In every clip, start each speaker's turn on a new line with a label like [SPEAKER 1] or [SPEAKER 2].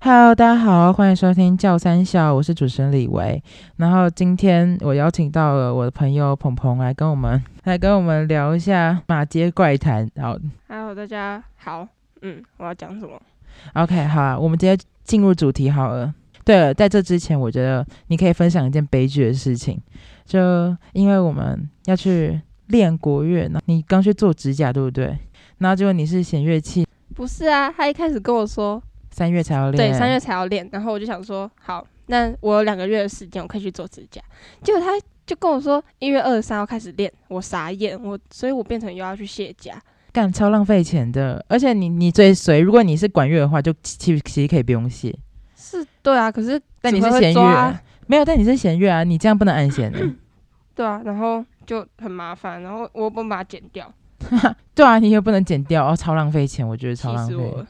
[SPEAKER 1] Hello，大家好，欢迎收听《教三小》，我是主持人李维。然后今天我邀请到了我的朋友鹏鹏来跟我们来跟我们聊一下马街怪谈。好
[SPEAKER 2] Hello，大家好。嗯，我要讲什么？
[SPEAKER 1] ，OK，好啊，我们直接进入主题好了。对了，在这之前，我觉得你可以分享一件悲剧的事情，就因为我们要去练国乐，那你刚去做指甲对不对？然后结果你是弦乐器，
[SPEAKER 2] 不是啊，他一开始跟我说，
[SPEAKER 1] 三月才要练，
[SPEAKER 2] 对，三月才要练，然后我就想说，好，那我有两个月的时间，我可以去做指甲。结果他就跟我说，一月二十三要开始练，我傻眼，我，所以我变成又要去卸甲。
[SPEAKER 1] 干超浪费钱的，而且你你最随，如果你是管乐的话，就其其实可以不用写，
[SPEAKER 2] 是，对啊，可是
[SPEAKER 1] 但你是啊
[SPEAKER 2] 指挥会
[SPEAKER 1] 弦
[SPEAKER 2] 抓
[SPEAKER 1] 乐，没有，但你是弦乐啊，你这样不能按 弦的，
[SPEAKER 2] 对啊，然后就很麻烦，然后我又不能把它剪掉，
[SPEAKER 1] 对啊，你又不能剪掉，哦，超浪费钱，我觉得
[SPEAKER 2] 气
[SPEAKER 1] 超浪
[SPEAKER 2] 死我
[SPEAKER 1] 费
[SPEAKER 2] 了，。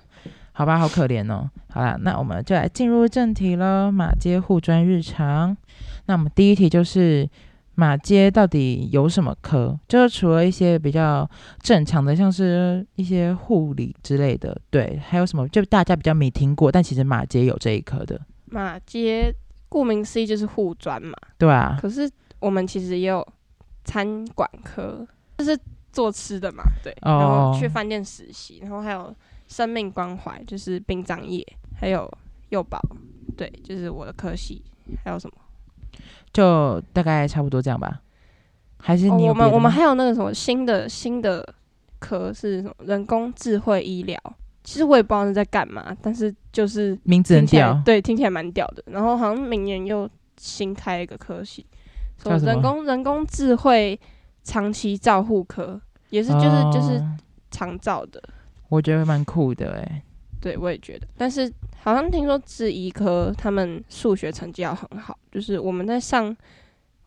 [SPEAKER 1] 好吧，好可怜哦。好啦，那我们就来进入正题了，马街互专日常。那我们第一题就是马街到底有什么科？就是除了一些比较正常的，像是一些护理之类的，对，还有什么？就大家比较没听过，但其实马街有这一科的。
[SPEAKER 2] 马街，顾名思义就是护专嘛。
[SPEAKER 1] 对啊，
[SPEAKER 2] 可是我们其实也有餐馆科，就是做吃的嘛，对，
[SPEAKER 1] 哦
[SPEAKER 2] 然后去饭店实习，然后还有生命关怀，就是殡葬业，还有幼保，对，就是我的科系，还有什么？
[SPEAKER 1] 就大概差不多这样吧。还是
[SPEAKER 2] 哦，
[SPEAKER 1] 你有
[SPEAKER 2] 我
[SPEAKER 1] 别的吗、
[SPEAKER 2] 们我们还有那个什么新的新的科是什么？人工智慧医疗。其实我也不知道是在干嘛，但是就是
[SPEAKER 1] 名字
[SPEAKER 2] 听
[SPEAKER 1] 很
[SPEAKER 2] 起来
[SPEAKER 1] 屌，
[SPEAKER 2] 对，听起来蛮屌的。然后好像明年又新开一个科系，
[SPEAKER 1] 叫什么
[SPEAKER 2] 人工人工智慧长期照护科，也是就是、就是
[SPEAKER 1] 哦
[SPEAKER 2] 长照的。
[SPEAKER 1] 我觉得蛮酷的哎、
[SPEAKER 2] 对，我也觉得，但是好像听说制医科他们数学成绩要很好，就是我们在上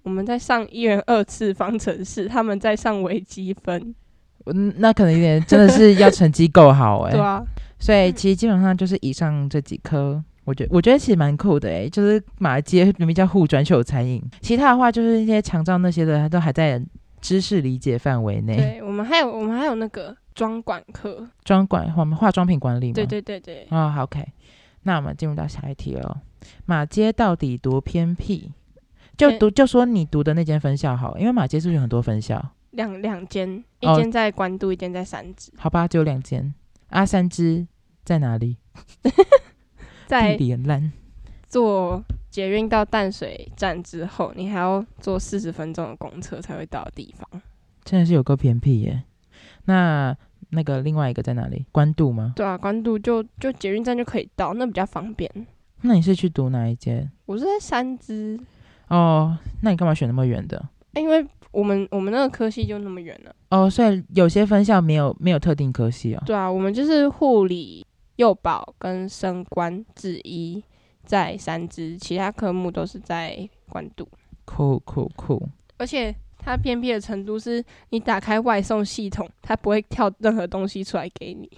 [SPEAKER 2] 我们在上一元二次方程式，他们在上微积分，
[SPEAKER 1] 嗯，那可能有点真的是要成绩够好哎、
[SPEAKER 2] 对啊，
[SPEAKER 1] 所以其实基本上就是以上这几科，我觉我觉得其实蛮酷的哎、就是马街明明叫护专秀餐饮，其他的话就是一些强照那些的，它都还在知识理解范围内。
[SPEAKER 2] 对我们还有我们还有那个妆管科，
[SPEAKER 1] 妆管我们化妆品管理嘛，
[SPEAKER 2] 对对对对，
[SPEAKER 1] 哦，好，OK，那我们进入到下一题了。马街到底多偏僻？就
[SPEAKER 2] 偏
[SPEAKER 1] 读就说你读的那间分校好了，因为马街是不是有很多分校？
[SPEAKER 2] 两两间，
[SPEAKER 1] 哦
[SPEAKER 2] 一间在关渡，一间在三芝，
[SPEAKER 1] 好吧，只有两间。阿三支在哪里？地
[SPEAKER 2] 在
[SPEAKER 1] 理很烂。
[SPEAKER 2] 坐捷运到淡水站之后，你还要坐四十分钟的公车才会到的地方。
[SPEAKER 1] 真的是有够偏僻耶。那那个另外一个在哪里？关渡吗？
[SPEAKER 2] 对啊，关渡就就捷运站就可以到，那比较方便。
[SPEAKER 1] 那你是去读哪一间？
[SPEAKER 2] 我是在三芝，欸
[SPEAKER 1] 哦，那你干嘛选那么远的？
[SPEAKER 2] 因为我们我们那个科系就那么远了、
[SPEAKER 1] 哦，所以有些分校没有没有特定科系哦。
[SPEAKER 2] 对啊，我们就是护理、幼保跟升官、制医在三芝，其他科目都是在关渡。
[SPEAKER 1] 酷酷酷！
[SPEAKER 2] 而且它偏僻的程度是，你打开外送系统，它不会跳任何东西出来给你。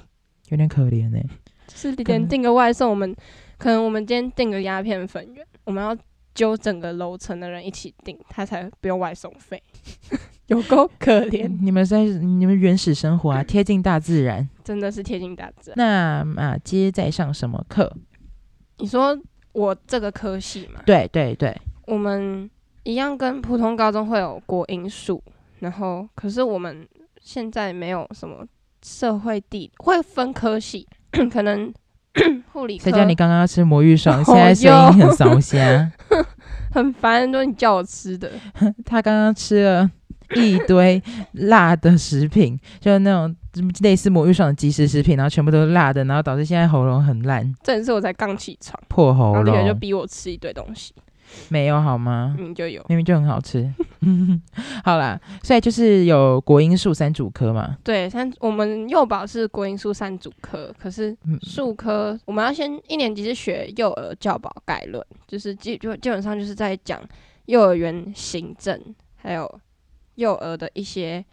[SPEAKER 1] 有点可怜哎。
[SPEAKER 2] 就是
[SPEAKER 1] 可能
[SPEAKER 2] 连订个外送，我们可能我们今天订个鸦片粉圆，我们要揪整个楼层的人一起订，他才不用外送费， 有够可怜，
[SPEAKER 1] 嗯你们在你们原始生活
[SPEAKER 2] 嗯
[SPEAKER 1] 啊，贴近大自然。
[SPEAKER 2] 真的是贴近大自然。
[SPEAKER 1] 那马街在上什么课？
[SPEAKER 2] 你说我这个科系嘛，
[SPEAKER 1] 对对对，
[SPEAKER 2] 我们一样跟普通高中会有国英数，然后可是我们现在没有什么社会地会分科系， 可能护理科
[SPEAKER 1] 谁叫你刚刚要吃魔芋 爽，
[SPEAKER 2] 哦
[SPEAKER 1] 现在声音很啊烧香。
[SPEAKER 2] 很烦，都你叫我吃的，
[SPEAKER 1] 他刚刚吃了一堆辣的食 品，就是那种类似魔芋爽的即食食品，然后全部都是辣的，然后导致现在喉咙很烂，
[SPEAKER 2] 这也是我才刚起床。
[SPEAKER 1] 破喉
[SPEAKER 2] 然后那个人就
[SPEAKER 1] 咙。
[SPEAKER 2] 逼我吃一堆东西，
[SPEAKER 1] 没有好吗？
[SPEAKER 2] 嗯，就有
[SPEAKER 1] 明明就很好 吃。 好啦，所以就是有国英数三主科嘛。
[SPEAKER 2] 对三，我们幼保是国英数三主科，可是
[SPEAKER 1] 嗯
[SPEAKER 2] 数科我们要先一年级是学幼儿教保概论，就是基就基本上就是在讲幼儿园行政，还有幼儿的一些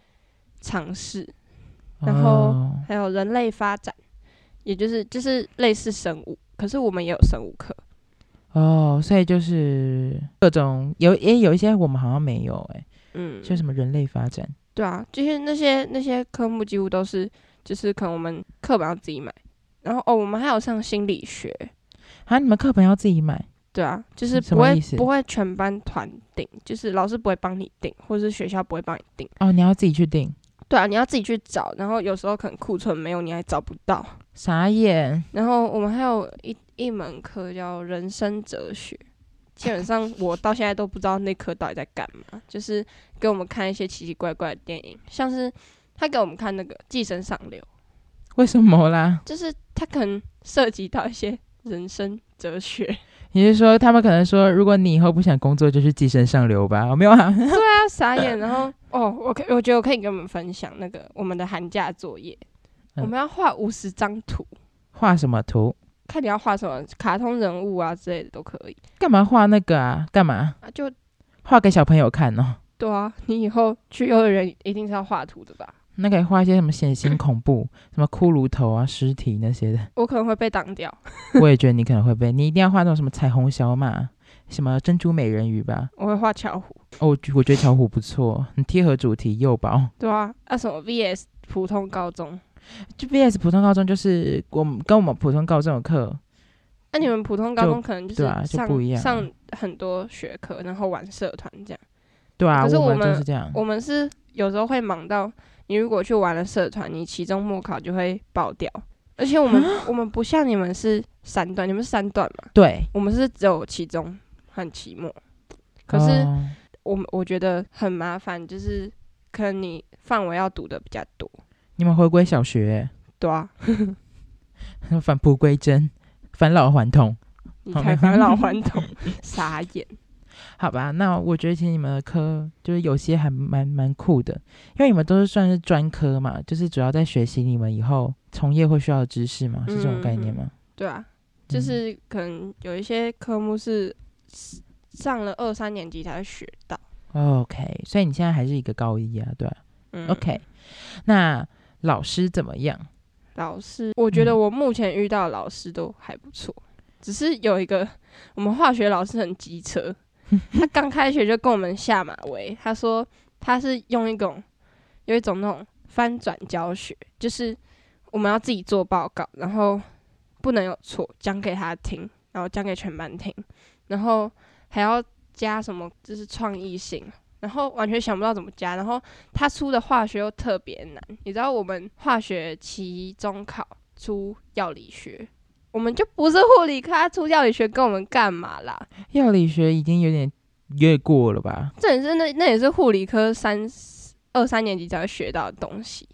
[SPEAKER 2] 常识，然后
[SPEAKER 1] 哦
[SPEAKER 2] 还有人类发展，也就是就是类似生物，可是我们也有生物课，
[SPEAKER 1] 哦，所以就是各种有也有一些我们好像没有哎、
[SPEAKER 2] 嗯，
[SPEAKER 1] 就什么人类发展
[SPEAKER 2] 对啊，就是那些那些科目几乎都是，就是可能我们课本要自己买，然后哦，我们还有上心理学，
[SPEAKER 1] 啊，你们课本要自己买，
[SPEAKER 2] 对啊，就是
[SPEAKER 1] 嗯什
[SPEAKER 2] 不
[SPEAKER 1] 么
[SPEAKER 2] 会
[SPEAKER 1] 意思
[SPEAKER 2] 不会全班团订，就是老师不会帮你订，或者是学校不会帮你订。
[SPEAKER 1] 哦，你要自己去订，
[SPEAKER 2] 对啊，你要自己去找，然后有时候可能库存没有，你还找不到。
[SPEAKER 1] 傻眼。
[SPEAKER 2] 然后我们还有一一门课叫人生哲学，基本上我到现在都不知道那科到底在干嘛，就是给我们看一些奇奇怪怪的电影，像是他给我们看那个《寄生上流》，
[SPEAKER 1] 为什么啦？
[SPEAKER 2] 就是他可能涉及到一些人生哲学。
[SPEAKER 1] 你是说他们可能说，如果你以后不想工作，就去寄生上流吧？我、没有啊，
[SPEAKER 2] 他傻眼，然后哦，我可我觉得我可以跟我们分享那个我们的寒假作业，
[SPEAKER 1] 嗯
[SPEAKER 2] 我们要画五十张图，
[SPEAKER 1] 画什么图？
[SPEAKER 2] 看你要画什么卡通人物啊之类的都可以
[SPEAKER 1] 干嘛画那个啊？干嘛
[SPEAKER 2] 啊，就
[SPEAKER 1] 画给小朋友看哦？
[SPEAKER 2] 对啊，你以后去幼儿园一定是要画图的吧？
[SPEAKER 1] 那可以画一些什么血腥恐怖，什么骷髅头啊、尸体那些的。
[SPEAKER 2] 我可能会被挡掉，
[SPEAKER 1] 我也觉得你可能会被，你一定要画那种什么彩虹小马、什么珍珠美人鱼吧。
[SPEAKER 2] 我会画巧虎，
[SPEAKER 1] 哦，我觉我觉得巧虎不错，很贴合主题，幼保。
[SPEAKER 2] 对啊，啊什么 VS 普通高中，
[SPEAKER 1] 就 VS 普通高中就是我们跟我们普通高中的课，
[SPEAKER 2] 那、啊你们普通高中可能就
[SPEAKER 1] 对啊
[SPEAKER 2] 是
[SPEAKER 1] 就
[SPEAKER 2] 上、
[SPEAKER 1] 不一样
[SPEAKER 2] 上很多学科，然后玩社团这样。
[SPEAKER 1] 对啊，
[SPEAKER 2] 可是
[SPEAKER 1] 我
[SPEAKER 2] 我
[SPEAKER 1] 就
[SPEAKER 2] 们
[SPEAKER 1] 是这样。
[SPEAKER 2] 我们是有时候会忙到，你如果去玩了社团，你期中末考就会爆掉。而且我们我们不像你们是三段，你们是三段嘛，
[SPEAKER 1] 对，
[SPEAKER 2] 我们是只有期中和期末。可是
[SPEAKER 1] 哦
[SPEAKER 2] 我们我觉得很麻烦，就是可能你范围要读的比较多，
[SPEAKER 1] 你们回归小学，
[SPEAKER 2] 对啊，
[SPEAKER 1] 返璞归真，返老还童。
[SPEAKER 2] 你才 返老还童，傻眼。
[SPEAKER 1] 好吧，那我觉得其实你们的科就是有些还蛮蛮酷的，因为你们都是算是专科嘛，就是主要在学习你们以后从业会需要的知识嘛，是这
[SPEAKER 2] 嗯
[SPEAKER 1] 种概念吗？
[SPEAKER 2] 对啊，就是可能有一些科目是上了二三年级才会学到。
[SPEAKER 1] OK，所以你现在还是一个高一啊，对吧、
[SPEAKER 2] 嗯
[SPEAKER 1] o k 那老师怎么样？
[SPEAKER 2] 老师，我觉得
[SPEAKER 1] 嗯
[SPEAKER 2] 我目前遇到的老师都还不错，只是有一个 我们化学老师很机车，他刚开学就跟我们下马威，他说他是用一种有一种那种翻转教学，就是我们要自己做报告，然后不能有错，讲给他听，然后讲给全班听，然后还要加什么就是创意性。然后完全想不到怎么加，然后他出的化学又特别难，你知道我们化学期中考出药理学，我们就不是护理科，他啊出药理学跟我们干嘛啦？
[SPEAKER 1] 药理学已经有点越过了吧？
[SPEAKER 2] 这也是那那也是护理科三二三年级才会学到的东西，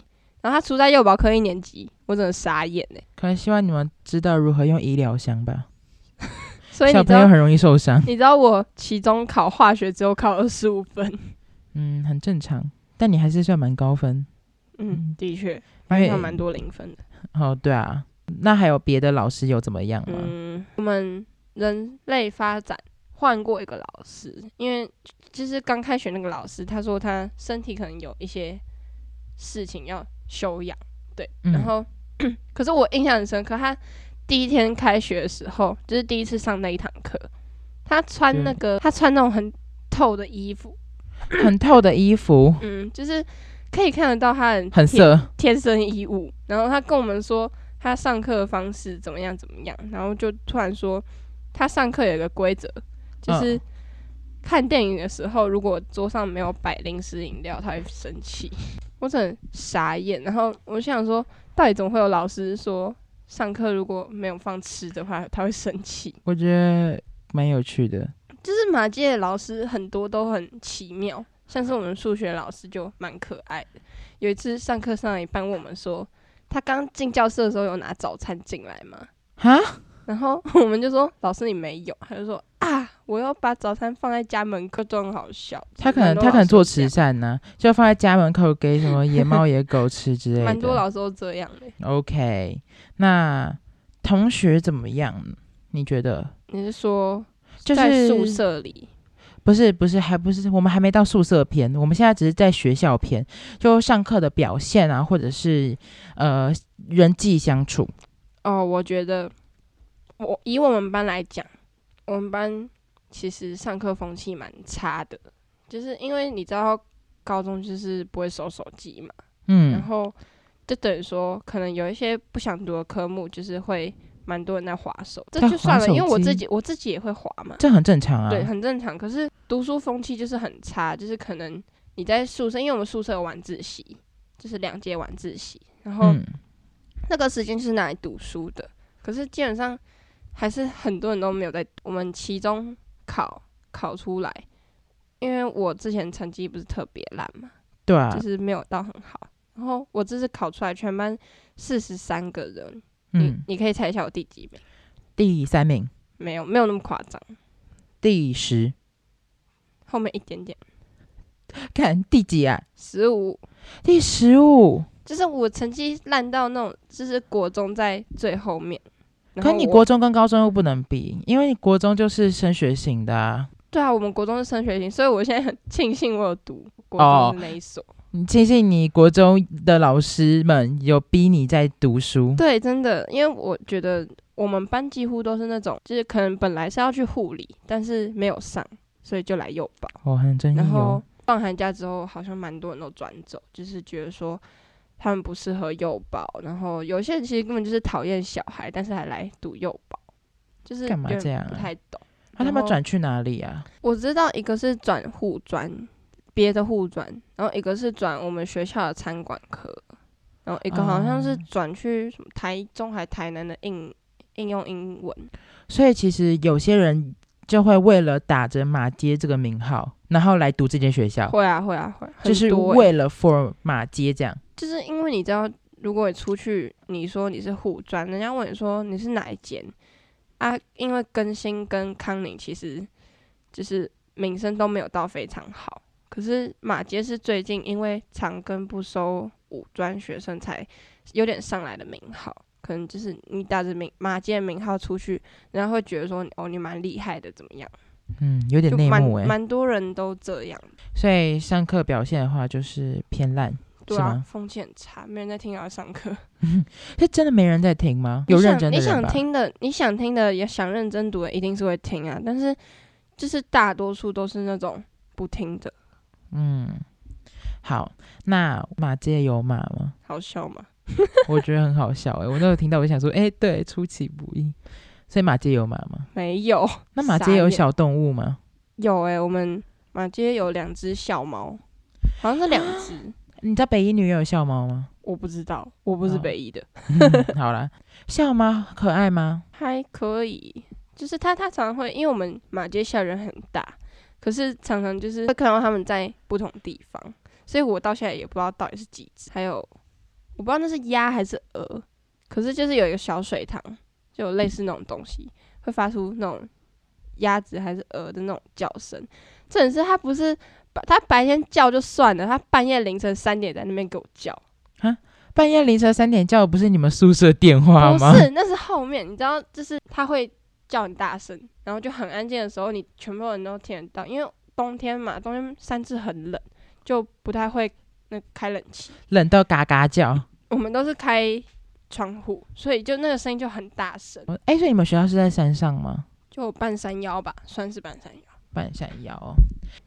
[SPEAKER 2] 然后他出在幼保科一年级，我真的傻眼哎、
[SPEAKER 1] 可能希望你们知道如何用医疗箱吧，
[SPEAKER 2] 所以
[SPEAKER 1] 小
[SPEAKER 2] 你知
[SPEAKER 1] 朋友
[SPEAKER 2] 道
[SPEAKER 1] 很容易受伤，
[SPEAKER 2] 你知道我期中考化学只有考二十五分，
[SPEAKER 1] 嗯，很正常。但你还是算蛮高分，嗯
[SPEAKER 2] 嗯，的确，
[SPEAKER 1] 因
[SPEAKER 2] 班
[SPEAKER 1] 为
[SPEAKER 2] 上蛮多零分的。
[SPEAKER 1] 哦，对啊。那还有别的老师有怎么样吗？
[SPEAKER 2] 嗯，我们人类发展换过一个老师，因为就是刚开学那个老师，他说他身体可能有一些事情要休养，对，
[SPEAKER 1] 嗯
[SPEAKER 2] 然后、 可是我印象很深刻，他第一天开学的时候，就是第一次上那一堂课，他穿那个他穿那种很透的衣服，
[SPEAKER 1] 很透的衣服，
[SPEAKER 2] 嗯，就是可以看得到他很
[SPEAKER 1] 很
[SPEAKER 2] 贴
[SPEAKER 1] 色，
[SPEAKER 2] 天生异物，然后他跟我们说他上课的方式怎么样怎么样，然后就突然说他上课有一个规则，就是
[SPEAKER 1] 嗯
[SPEAKER 2] 看电影的时候如果桌上没有摆零食饮料，他会生气。我真的很傻眼，然后我想说，到底怎么会有老师说上课如果没有放吃的话，他会生气？
[SPEAKER 1] 我觉得蛮有趣的。
[SPEAKER 2] 就是马界的老师很多都很奇妙，像是我们数学老师就蛮可爱的。有一次上课上到一半，问我们说，他刚进教室的时候有拿早餐进来吗？
[SPEAKER 1] 哈，
[SPEAKER 2] 然后我们就说老师你没有，他就说啊，我要把早餐放在家门口，就很好笑。
[SPEAKER 1] 他可能
[SPEAKER 2] 蛮多
[SPEAKER 1] 他可能做
[SPEAKER 2] 老师这
[SPEAKER 1] 慈
[SPEAKER 2] 样，
[SPEAKER 1] 善呢、就放在家门口给 什么野猫野狗吃之类的。
[SPEAKER 2] 蛮多老师都这样的。
[SPEAKER 1] OK，那同学怎么样？你觉得？
[SPEAKER 2] 你是说
[SPEAKER 1] 就
[SPEAKER 2] 在
[SPEAKER 1] 是
[SPEAKER 2] 宿舍里？
[SPEAKER 1] 不是不是还不是我们还没到宿舍篇，我们现在只是在学校篇，就上课的表现啊，或者是呃人际相处。
[SPEAKER 2] 哦，我觉得我以我们班来讲，我们班其实上课风气蛮差的，就是因为你知道高中就是不会收手机嘛，
[SPEAKER 1] 嗯
[SPEAKER 2] 然后就等于说可能有一些不想读的科目，就是会蛮多人在划手，这
[SPEAKER 1] 在
[SPEAKER 2] 就算
[SPEAKER 1] 滑
[SPEAKER 2] 了，因为
[SPEAKER 1] 手
[SPEAKER 2] 我自
[SPEAKER 1] 机
[SPEAKER 2] 己我自己也会划嘛，
[SPEAKER 1] 这很正常啊。
[SPEAKER 2] 对，很正常。可是读书风气就是很差，就是可能你在宿舍，因为我们宿舍有晚自习，就是两节晚自习，然后
[SPEAKER 1] 嗯，
[SPEAKER 2] 那个时间就是拿来读书的。可是基本上还是很多人都没有在我们期中考考出来，因为我之前成绩不是特别烂嘛，
[SPEAKER 1] 对啊
[SPEAKER 2] 就，是没有到很好。然后我这次考出来，全班四十三个人，你
[SPEAKER 1] 嗯，
[SPEAKER 2] 你可以猜一下我第几名？
[SPEAKER 1] 第三名，
[SPEAKER 2] 没有，没有那么夸张，
[SPEAKER 1] 第十，
[SPEAKER 2] 后面一点点，
[SPEAKER 1] 看第几啊？
[SPEAKER 2] 十五
[SPEAKER 1] 第十五。
[SPEAKER 2] 就是我成绩烂到那种，就是国中在最后面。然
[SPEAKER 1] 可
[SPEAKER 2] 后
[SPEAKER 1] 你
[SPEAKER 2] 我
[SPEAKER 1] 国中跟高中又不能比，因为你国中就是升学型的啊。
[SPEAKER 2] 对啊，我们国中是升学型，所以我现在很庆幸我有读国
[SPEAKER 1] 哦
[SPEAKER 2] 中的那一所。
[SPEAKER 1] 你庆幸你国中的老师们有逼你在读书，
[SPEAKER 2] 对，真的，因为我觉得我们班几乎都是那种，就是可能本来是要去护理，但是没有上，所以就来幼保。
[SPEAKER 1] 我哦很真
[SPEAKER 2] 然
[SPEAKER 1] 心
[SPEAKER 2] 后
[SPEAKER 1] 有。
[SPEAKER 2] 放寒假之后，好像蛮多人都转走，就是觉得说他们不适合幼保，然后有些人其实根本就是讨厌小孩，但是还来读幼保，就是
[SPEAKER 1] 干嘛
[SPEAKER 2] 有点
[SPEAKER 1] 这样啊
[SPEAKER 2] 不太懂。
[SPEAKER 1] 那、他
[SPEAKER 2] 然
[SPEAKER 1] 们
[SPEAKER 2] 后
[SPEAKER 1] 转去哪里啊？
[SPEAKER 2] 我知道一个是转护专，别的护专，然后一个是转我们学校的餐馆科，然后一个好像是
[SPEAKER 1] 哦
[SPEAKER 2] 转去什么台中还台南的应应用英文。
[SPEAKER 1] 所以其实有些人就会为了打着马街这个名号，然后来读这间学校，
[SPEAKER 2] 会啊会啊会，很
[SPEAKER 1] 哦就是
[SPEAKER 2] 多欸
[SPEAKER 1] 为了 for 马街这样。
[SPEAKER 2] 就是因为你知道，如果你出去，你说你是护专，人家问你说你是哪一间啊？因为更新跟康宁其实就是名声都没有到非常好，可是马街是最近因为长庚不收五专学生，才有点上来的名号。可能就是你打着名马街的名号出去，人家会觉得说哦你蛮厉害的怎么样？
[SPEAKER 1] 嗯，有点
[SPEAKER 2] 就
[SPEAKER 1] 内
[SPEAKER 2] 蛮
[SPEAKER 1] 幕哎、
[SPEAKER 2] 蛮多人都这样，
[SPEAKER 1] 所以上课表现的话就是偏烂，
[SPEAKER 2] 对
[SPEAKER 1] 是
[SPEAKER 2] 啊
[SPEAKER 1] 吗，
[SPEAKER 2] 风气很差，没人在听老师上课。
[SPEAKER 1] 是真的没人在听吗？
[SPEAKER 2] 你
[SPEAKER 1] 有认
[SPEAKER 2] 想
[SPEAKER 1] 真的
[SPEAKER 2] 你
[SPEAKER 1] 人
[SPEAKER 2] 想
[SPEAKER 1] 吧？
[SPEAKER 2] 听的，你想听的也想认真读的，一定是会听啊。但是就是大多数都是那种不听的，
[SPEAKER 1] 嗯，好，那马街有马吗？
[SPEAKER 2] 好笑吗？
[SPEAKER 1] 我觉得很好笑哎、我那时候听到我就想说，哎、对，出其不意。所以马街有马吗？
[SPEAKER 2] 没有，
[SPEAKER 1] 那马
[SPEAKER 2] 傻
[SPEAKER 1] 街有
[SPEAKER 2] 眼
[SPEAKER 1] 小动物吗？
[SPEAKER 2] 有诶、我们马街有两只小猫，好像是两只，
[SPEAKER 1] 你知道北一女也有校猫吗？
[SPEAKER 2] 我不知道，我不是
[SPEAKER 1] 哦
[SPEAKER 2] 北一的，
[SPEAKER 1] 好啦，校猫可爱吗？
[SPEAKER 2] 还可以。就是它，它常常会，因为我们马街校园很大，可是常常就是会看到它们在不同地方，所以我到现在也不知道到底是几只。还有我不知道那是鸭还是鹅，可是就是有一个小水塘，就有类似那种东西，会发出那种鸭子还是鹅的那种叫声。重点是它不是白，它白天叫就算了，它半夜凌晨三点在那边给我叫，
[SPEAKER 1] 半夜凌晨三点叫的不是你们宿舍电话
[SPEAKER 2] 不
[SPEAKER 1] 吗？
[SPEAKER 2] 是，那是后面，你知道，就是它会叫很大声，然后就很安静的时候，你全部人都听得到，因为冬天嘛，冬天三次很冷，就不太会那开冷气。
[SPEAKER 1] 冷到嘎嘎叫。
[SPEAKER 2] 我们都是开窗户，所以就那个声音就很大声，
[SPEAKER 1] 哎、所以你们学校是在山上吗？
[SPEAKER 2] 就半山腰吧，算是半山腰。
[SPEAKER 1] 半山腰哦、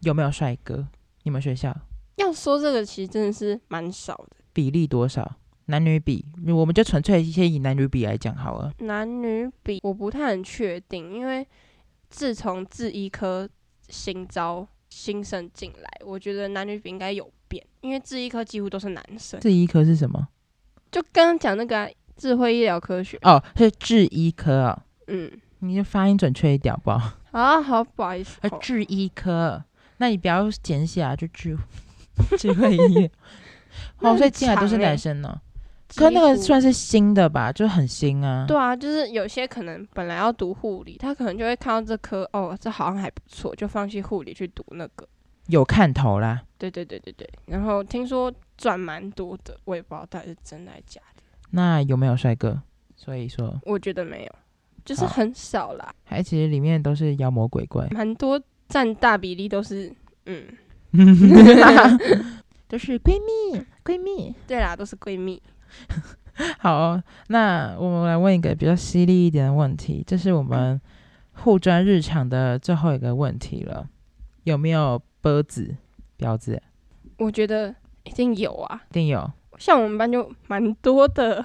[SPEAKER 1] 有没有帅哥？你们学校
[SPEAKER 2] 要说这个，其实真的是蛮少的，
[SPEAKER 1] 比例多少？男女比，我们就纯粹先以男女比来讲好了。
[SPEAKER 2] 男女比我不太很确定，因为自从自医科新招新生进来，我觉得男女比应该有变，因为自医科几乎都是男生，
[SPEAKER 1] 这一科是什么？
[SPEAKER 2] 就刚刚讲那个啊、智慧医疗科学，
[SPEAKER 1] 哦，是制医科哦。
[SPEAKER 2] 嗯，
[SPEAKER 1] 你就发音准确一点好不好？
[SPEAKER 2] 啊，好不好意思
[SPEAKER 1] 呃，
[SPEAKER 2] 哦，
[SPEAKER 1] 制医科，啊那你不要简写啊，就 智智慧医。
[SPEAKER 2] 那
[SPEAKER 1] 哦，所以
[SPEAKER 2] 很
[SPEAKER 1] 进来都是
[SPEAKER 2] 长欸
[SPEAKER 1] 男生呢、哦可那个
[SPEAKER 2] 几乎
[SPEAKER 1] 算是新的吧，就很新啊。
[SPEAKER 2] 对啊，就是有些可能本来要读护理，他可能就会看到这科，哦，这好像还不错，就放弃护理去读那个。
[SPEAKER 1] 有看头啦。
[SPEAKER 2] 对对对对对。然后听说赚蛮多的，我也不知道到底是真的还是假的，
[SPEAKER 1] 那有没有帅哥？所以说，
[SPEAKER 2] 我觉得没有，就是
[SPEAKER 1] 好
[SPEAKER 2] 很少啦，
[SPEAKER 1] 还其实里面都是妖魔鬼怪，
[SPEAKER 2] 蛮多占大比例都是，嗯，
[SPEAKER 1] 都是闺蜜闺蜜。
[SPEAKER 2] 对啦，都是闺蜜。
[SPEAKER 1] 好哦、那我们来问一个比较犀利一点的问题，这是我们互专日常的最后一个问题了。有没有波子婊子？
[SPEAKER 2] 我觉得一定有啊，
[SPEAKER 1] 一定有。
[SPEAKER 2] 像我们班就蛮多的，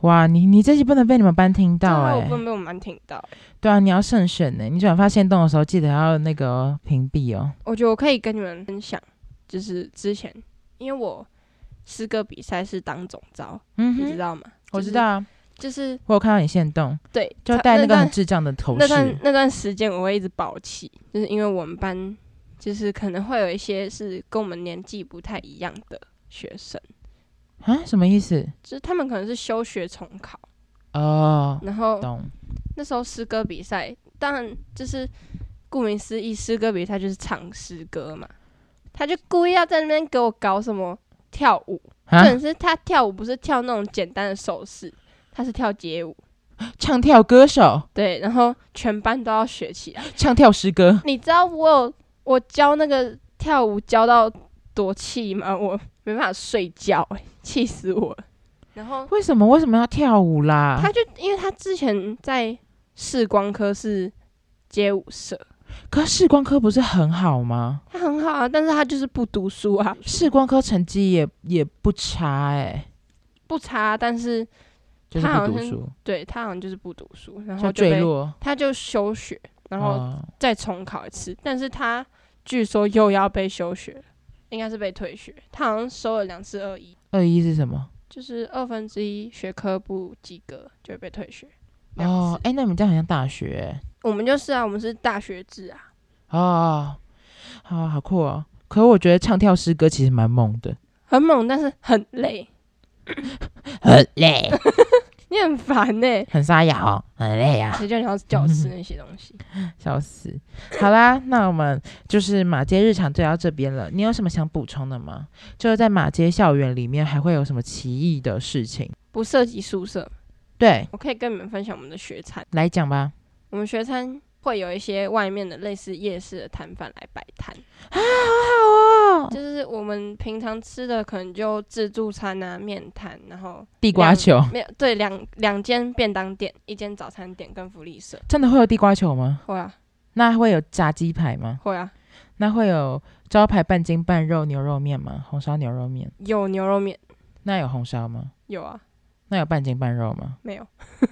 [SPEAKER 1] 哇，你你这集不能被你们班听 到哎、
[SPEAKER 2] 我不能被我们班听到、欸。
[SPEAKER 1] 对啊，你要慎选呢、你转发限动的时候记得要那个哦屏蔽哦。
[SPEAKER 2] 我觉得我可以跟你们分享，就是之前因为我诗歌比赛是当总招，
[SPEAKER 1] 嗯
[SPEAKER 2] 你知
[SPEAKER 1] 哼，
[SPEAKER 2] 道吗？
[SPEAKER 1] 我
[SPEAKER 2] 就是
[SPEAKER 1] 知道啊，
[SPEAKER 2] 就是
[SPEAKER 1] 我有看到你限动，
[SPEAKER 2] 对，
[SPEAKER 1] 就
[SPEAKER 2] 他
[SPEAKER 1] 戴那个很
[SPEAKER 2] 段
[SPEAKER 1] 智障的头
[SPEAKER 2] 那段
[SPEAKER 1] 饰。
[SPEAKER 2] 那段时间我会一直爆气，就是因为我们班就是可能会有一些是跟我们年纪不太一样的学生，
[SPEAKER 1] 啊，什么意思？
[SPEAKER 2] 就是他们可能是休学重考，
[SPEAKER 1] 哦，
[SPEAKER 2] 然后
[SPEAKER 1] 懂。
[SPEAKER 2] 那时候诗歌比赛，当然就是顾名思义，诗歌比赛就是唱诗歌嘛，他就故意要在那边给我搞什么跳舞，
[SPEAKER 1] 啊
[SPEAKER 2] 重，点是他跳舞不是跳那种简单的手势，他是跳街舞，
[SPEAKER 1] 唱跳歌手，
[SPEAKER 2] 对，然后全班都要学起来。
[SPEAKER 1] 唱跳诗歌，
[SPEAKER 2] 你知道我有我教那个跳舞教到多气吗？我没办法睡觉、欸，气死我了。然后
[SPEAKER 1] 为什么为什么要跳舞啦？
[SPEAKER 2] 哦他就因为他之前在视光科是街舞社，
[SPEAKER 1] 可视光科不是很好吗？
[SPEAKER 2] 他很好啊，但是他就是不读书啊，
[SPEAKER 1] 视光科成绩也也不差哎、
[SPEAKER 2] 不差，但是
[SPEAKER 1] 就是
[SPEAKER 2] 他好
[SPEAKER 1] 不读
[SPEAKER 2] 像
[SPEAKER 1] 书，
[SPEAKER 2] 对他好像就是不读书，然后
[SPEAKER 1] 像
[SPEAKER 2] 就
[SPEAKER 1] 坠
[SPEAKER 2] 被
[SPEAKER 1] 落，
[SPEAKER 2] 他就休学，然后
[SPEAKER 1] 哦
[SPEAKER 2] 再重考一次，但是他据说又要被休学，应该是被退学，他好像收了两次二一。
[SPEAKER 1] 二一是什么？
[SPEAKER 2] 就是二分之一学科不及格就会被退学。这样
[SPEAKER 1] 哦
[SPEAKER 2] 子，
[SPEAKER 1] 哎、那你们这样很像大学、
[SPEAKER 2] 我们就是啊，我们是大学制啊，
[SPEAKER 1] 欸、哦，好、好酷哦。可我觉得唱跳诗歌其实蛮猛的，
[SPEAKER 2] 很猛，但是很累，
[SPEAKER 1] 很累，
[SPEAKER 2] 你很烦欸呢、
[SPEAKER 1] 很沙哑哦，很累啊。
[SPEAKER 2] 谁叫你要教吃那些东西？
[SPEAKER 1] 笑死！好啦，那我们就是马街日常就到这边了。你有什么想补充的吗？就是在马街校园里面还会有什么奇异的事情？
[SPEAKER 2] 不涉及宿舍，
[SPEAKER 1] 对，
[SPEAKER 2] 我可以跟你们分享我们的学餐。
[SPEAKER 1] 来讲吧。
[SPEAKER 2] 我们学餐会有一些外面的类似夜市的摊贩来摆摊，
[SPEAKER 1] 好哦，
[SPEAKER 2] 就是我们平常吃的可能就自助餐啊、面摊，然后
[SPEAKER 1] 地瓜球
[SPEAKER 2] 没有对两两间便当店，一间早餐店跟福利社。
[SPEAKER 1] 真的会有地瓜球吗？
[SPEAKER 2] 会啊，
[SPEAKER 1] 那会有炸鸡排吗？
[SPEAKER 2] 会啊，
[SPEAKER 1] 那会有招牌半斤半肉牛肉面吗？红烧牛肉面？
[SPEAKER 2] 有牛肉面，
[SPEAKER 1] 那有红烧吗？
[SPEAKER 2] 有啊，
[SPEAKER 1] 那有半斤半肉 吗？
[SPEAKER 2] 没有。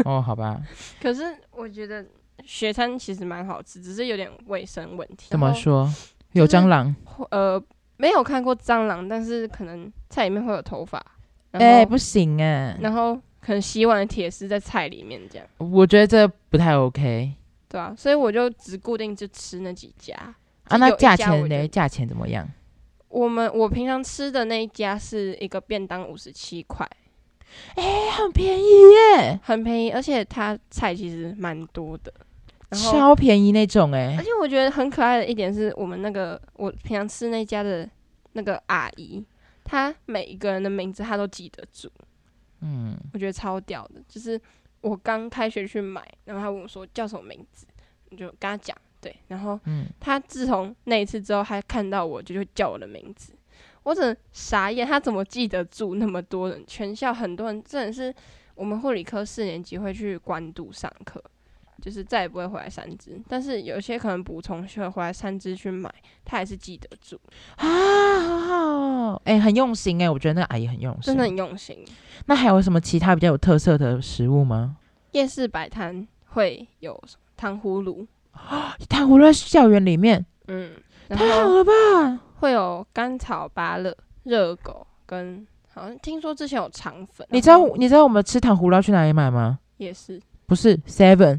[SPEAKER 1] 哦，好吧，
[SPEAKER 2] 可是我觉得学餐其实蛮好吃，只是有点卫生问题。
[SPEAKER 1] 怎么
[SPEAKER 2] 然后？
[SPEAKER 1] 说？有蟑螂？
[SPEAKER 2] 呃，没有看过蟑螂，但是可能菜里面会有头发，然后、
[SPEAKER 1] 哎、不行哎、
[SPEAKER 2] 然后可能洗碗的铁丝在菜里面这样，
[SPEAKER 1] 我觉得这不太 OK
[SPEAKER 2] 对啊，所以我就只固定就吃那几家。
[SPEAKER 1] 啊。
[SPEAKER 2] 就
[SPEAKER 1] 那
[SPEAKER 2] 有一
[SPEAKER 1] 价
[SPEAKER 2] 家我
[SPEAKER 1] 钱
[SPEAKER 2] 觉
[SPEAKER 1] 呢？
[SPEAKER 2] 得
[SPEAKER 1] 价钱怎么样？
[SPEAKER 2] 我们我平常吃的那一家是一个便当五十七块，
[SPEAKER 1] 很便宜耶，
[SPEAKER 2] 很便宜，而且它菜其实蛮多的。然后
[SPEAKER 1] 超便宜那种
[SPEAKER 2] 而
[SPEAKER 1] 哎。
[SPEAKER 2] 且我觉得很可爱的一点是我们那个我平常吃那家的那个阿姨，她每一个人的名字她都记得住，
[SPEAKER 1] 嗯，
[SPEAKER 2] 我觉得超屌的。就是我刚开学去买，然后她问我说叫什么名字，我就跟她讲，对，然后
[SPEAKER 1] 嗯
[SPEAKER 2] 她自从那一次之后，她看到我就会叫我的名字。我真的傻眼，她怎么记得住那么多人？全校很多人，真的是我们护理科四年级会去关渡上课，就是再也不会回来三支。但是有些可能补充学回来三支去买，她还是记得住，
[SPEAKER 1] 啊，好好哦，哎，很用心哎，我觉得那个阿姨很用心
[SPEAKER 2] 真的。很用心。
[SPEAKER 1] 那还有什么其他比较有特色的食物吗？
[SPEAKER 2] 夜市摆摊会有糖葫芦，
[SPEAKER 1] 它无论是校园里面，
[SPEAKER 2] 嗯，然
[SPEAKER 1] 太好
[SPEAKER 2] 后
[SPEAKER 1] 了吧？
[SPEAKER 2] 会有甘草芭乐、热狗跟好像听说之前有肠粉，
[SPEAKER 1] 你知道你知道我们吃糖葫芦要去哪里买吗？
[SPEAKER 2] 也是，
[SPEAKER 1] 不是 Seven，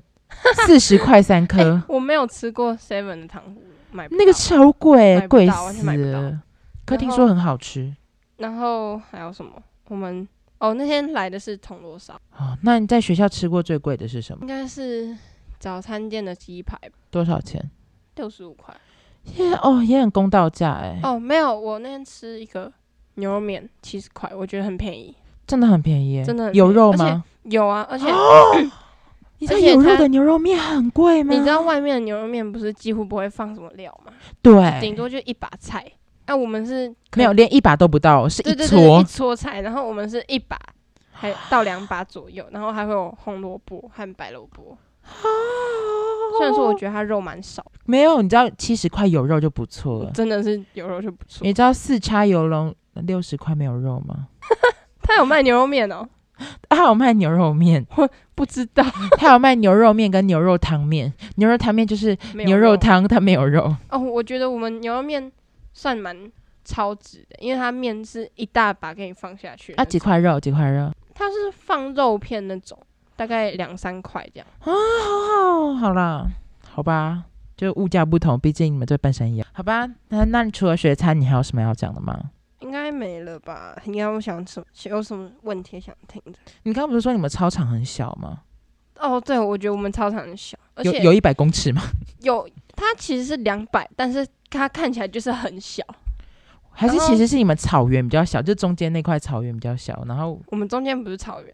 [SPEAKER 1] 四十块三
[SPEAKER 2] 哎、
[SPEAKER 1] 颗，
[SPEAKER 2] 我没有吃过 Seven 的糖葫芦，买不
[SPEAKER 1] 嗯那个
[SPEAKER 2] 到
[SPEAKER 1] 超贵
[SPEAKER 2] 买不到
[SPEAKER 1] 贵
[SPEAKER 2] 完全
[SPEAKER 1] 死
[SPEAKER 2] 买不到
[SPEAKER 1] 了。可听
[SPEAKER 2] 然后
[SPEAKER 1] 说很好吃
[SPEAKER 2] 然后还有什么？我们哦那天来的是铜锣烧，
[SPEAKER 1] 哦。那你在学校吃过最贵的是什么？
[SPEAKER 2] 应该是早餐店的鸡排吧，
[SPEAKER 1] 多少钱？
[SPEAKER 2] 六十五块。
[SPEAKER 1] 也哦，也很公道价哎、
[SPEAKER 2] 哦，没有，我那天吃一个牛肉面七十块，我觉得很便宜。
[SPEAKER 1] 真的很便宜耶，
[SPEAKER 2] 真的很
[SPEAKER 1] 有
[SPEAKER 2] 便宜
[SPEAKER 1] 肉
[SPEAKER 2] 而且
[SPEAKER 1] 吗？
[SPEAKER 2] 有啊，而且
[SPEAKER 1] 哦你
[SPEAKER 2] 而
[SPEAKER 1] 知道
[SPEAKER 2] 且
[SPEAKER 1] 有肉
[SPEAKER 2] 它
[SPEAKER 1] 的牛肉面很贵吗？
[SPEAKER 2] 你知道外面的牛肉面不是几乎不会放什么料吗？顶
[SPEAKER 1] 对，
[SPEAKER 2] 多就一把菜。那、我们是
[SPEAKER 1] 哎没有连一把都不到，是
[SPEAKER 2] 对
[SPEAKER 1] 一
[SPEAKER 2] 对对
[SPEAKER 1] 撮。
[SPEAKER 2] 一撮菜，然后我们是一把，还到两把左右，然后还会有红萝卜和白萝卜。虽然说我觉得它肉蛮少，
[SPEAKER 1] 没有，你知道七十块有肉就不错了。
[SPEAKER 2] 真的是有肉就不错。
[SPEAKER 1] 你知道四叉游龙六十块没有肉吗？
[SPEAKER 2] 他有卖牛肉面哦，
[SPEAKER 1] 还有卖牛肉面，
[SPEAKER 2] 不知道
[SPEAKER 1] 还有卖牛肉面跟牛肉汤面。牛肉汤面就是
[SPEAKER 2] 没有
[SPEAKER 1] 牛肉汤，它没有肉。
[SPEAKER 2] 哦，我觉得我们牛肉面算蛮超值的，因为它面是一大把给你放下去，
[SPEAKER 1] 啊，几，块肉，几块肉。
[SPEAKER 2] 它是放肉片那种，大概两三块这样。
[SPEAKER 1] 哦，啊好啦，好吧，就物价不同，毕竟你们在半山腰，好吧。那那你除了学餐，你还有什么要讲的吗？
[SPEAKER 2] 应该没了吧？应该我想什么有什么问题想听的？
[SPEAKER 1] 你刚刚不是说你们操场很小吗？
[SPEAKER 2] 哦，对，我觉得我们操场很小，而
[SPEAKER 1] 有
[SPEAKER 2] 且
[SPEAKER 1] 有一百公尺吗？
[SPEAKER 2] 有它其实是两百，但是它看起来就是很小。
[SPEAKER 1] 还是
[SPEAKER 2] 然后
[SPEAKER 1] 其实是你们草原比较小，就中间那块草原比较小，然后
[SPEAKER 2] 我们中间不是草原，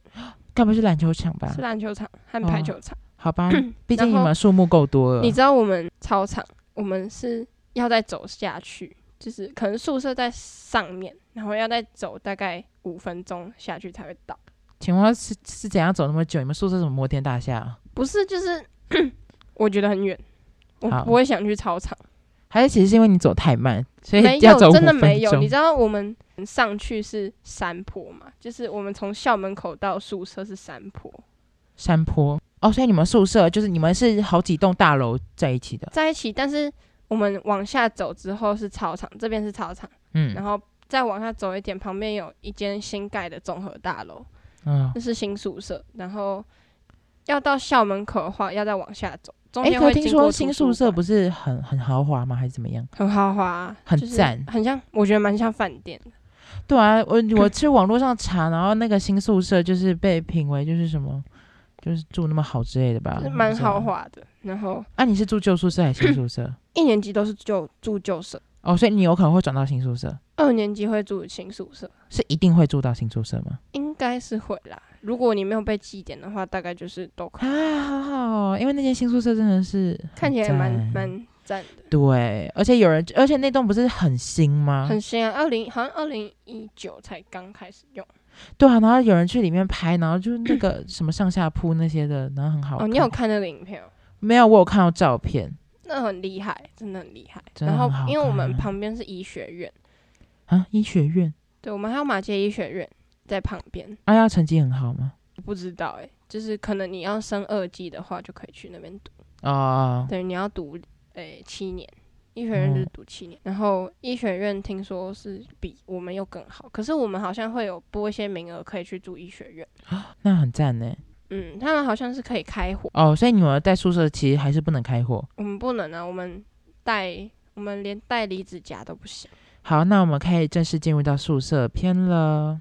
[SPEAKER 1] 该不是篮球场吧
[SPEAKER 2] 嗯是？啊篮球场和排球场。
[SPEAKER 1] 好 吧，毕竟你们树木够多了
[SPEAKER 2] 你。知道我们操场，我们是要再走下去，就是可能宿舍在上面，然后要再走大概五分钟下去才会到。
[SPEAKER 1] 请问是是怎样走那么久？你们宿舍什么摩天大厦啊？
[SPEAKER 2] 不是，就是 我觉得很远，我
[SPEAKER 1] 好
[SPEAKER 2] 不会想去操场。
[SPEAKER 1] 还是其实是因为你走太慢，所以
[SPEAKER 2] 没
[SPEAKER 1] 哎要走
[SPEAKER 2] 有，真的
[SPEAKER 1] 5分
[SPEAKER 2] 没有。
[SPEAKER 1] 钟
[SPEAKER 2] 你知道我们上去是山坡嘛？就是我们从校门口到宿舍是山坡，
[SPEAKER 1] 山坡哦，所以你们宿舍就是你们是好几栋大楼在一起的，
[SPEAKER 2] 在一起。但是我们往下走之后是操场，这边是操场，
[SPEAKER 1] 嗯
[SPEAKER 2] 然后再往下走一点，旁边有一间新盖的综合大楼，
[SPEAKER 1] 嗯。
[SPEAKER 2] 那是新宿舍。然后要到校门口的话，要再往下走。中
[SPEAKER 1] 哎、
[SPEAKER 2] 间
[SPEAKER 1] 可
[SPEAKER 2] 会
[SPEAKER 1] 是听
[SPEAKER 2] 经过
[SPEAKER 1] 说
[SPEAKER 2] 图
[SPEAKER 1] 新
[SPEAKER 2] 书
[SPEAKER 1] 宿舍
[SPEAKER 2] 馆
[SPEAKER 1] 不是很很豪华吗？还是怎么样？
[SPEAKER 2] 很豪华啊、
[SPEAKER 1] 很
[SPEAKER 2] 就是
[SPEAKER 1] 赞
[SPEAKER 2] 很像，我觉得蛮像饭店。
[SPEAKER 1] 对啊，我我去网络上查，然后那个新宿舍就是被评为就是什么，就是住那么好之类的吧
[SPEAKER 2] 就是，蛮豪
[SPEAKER 1] 我不知道。
[SPEAKER 2] 华的，然后
[SPEAKER 1] 啊，你是住旧宿舍还是新宿舍？
[SPEAKER 2] 一年级都是旧住旧舍，
[SPEAKER 1] 哦，所以你有可能会转到新宿舍，
[SPEAKER 2] 二年级会住新宿舍，
[SPEAKER 1] 是一定会住到新宿舍吗？
[SPEAKER 2] 应该是会啦。如果你没有被记点的话，大概就是都可以，
[SPEAKER 1] 啊，好好哦，因为那间新宿舍真的是
[SPEAKER 2] 看起来
[SPEAKER 1] 很
[SPEAKER 2] 蛮
[SPEAKER 1] 赞
[SPEAKER 2] 蛮赞的，
[SPEAKER 1] 对，而且有人，而且那栋不是很新吗？
[SPEAKER 2] 很新啊。二零好像二零一九才刚开始用
[SPEAKER 1] 对啊，然后有人去里面拍，然后就是那个什么上下铺那些的，然后很好
[SPEAKER 2] 哦。
[SPEAKER 1] 看。
[SPEAKER 2] 你有看那个影片哦？
[SPEAKER 1] 没有？我有看到照片
[SPEAKER 2] 那很厉害，真的很厉害。
[SPEAKER 1] 真的
[SPEAKER 2] 然后
[SPEAKER 1] 很好
[SPEAKER 2] 因为我们
[SPEAKER 1] 看
[SPEAKER 2] 旁边是医学院，
[SPEAKER 1] 啊，医学院，
[SPEAKER 2] 对我们还有马街医学院在旁边，
[SPEAKER 1] 啊，要成绩很好吗？
[SPEAKER 2] 不知道哎、就是可能你要升二技的话，就可以去那边读。
[SPEAKER 1] 哦，
[SPEAKER 2] 等于你要读诶、七年，医学院就是读七年，然后医学院听说是比我们又更好，可是我们好像会有拨一些名额可以去住医学院，
[SPEAKER 1] 那很赞呢。
[SPEAKER 2] 嗯，他们好像是可以开火，
[SPEAKER 1] 哦，所以你们在宿舍其实还是不能开火。
[SPEAKER 2] 我们不能啊，我们带我们连带离子夹都不行。
[SPEAKER 1] 好，那我们可以正式进入到宿舍篇了。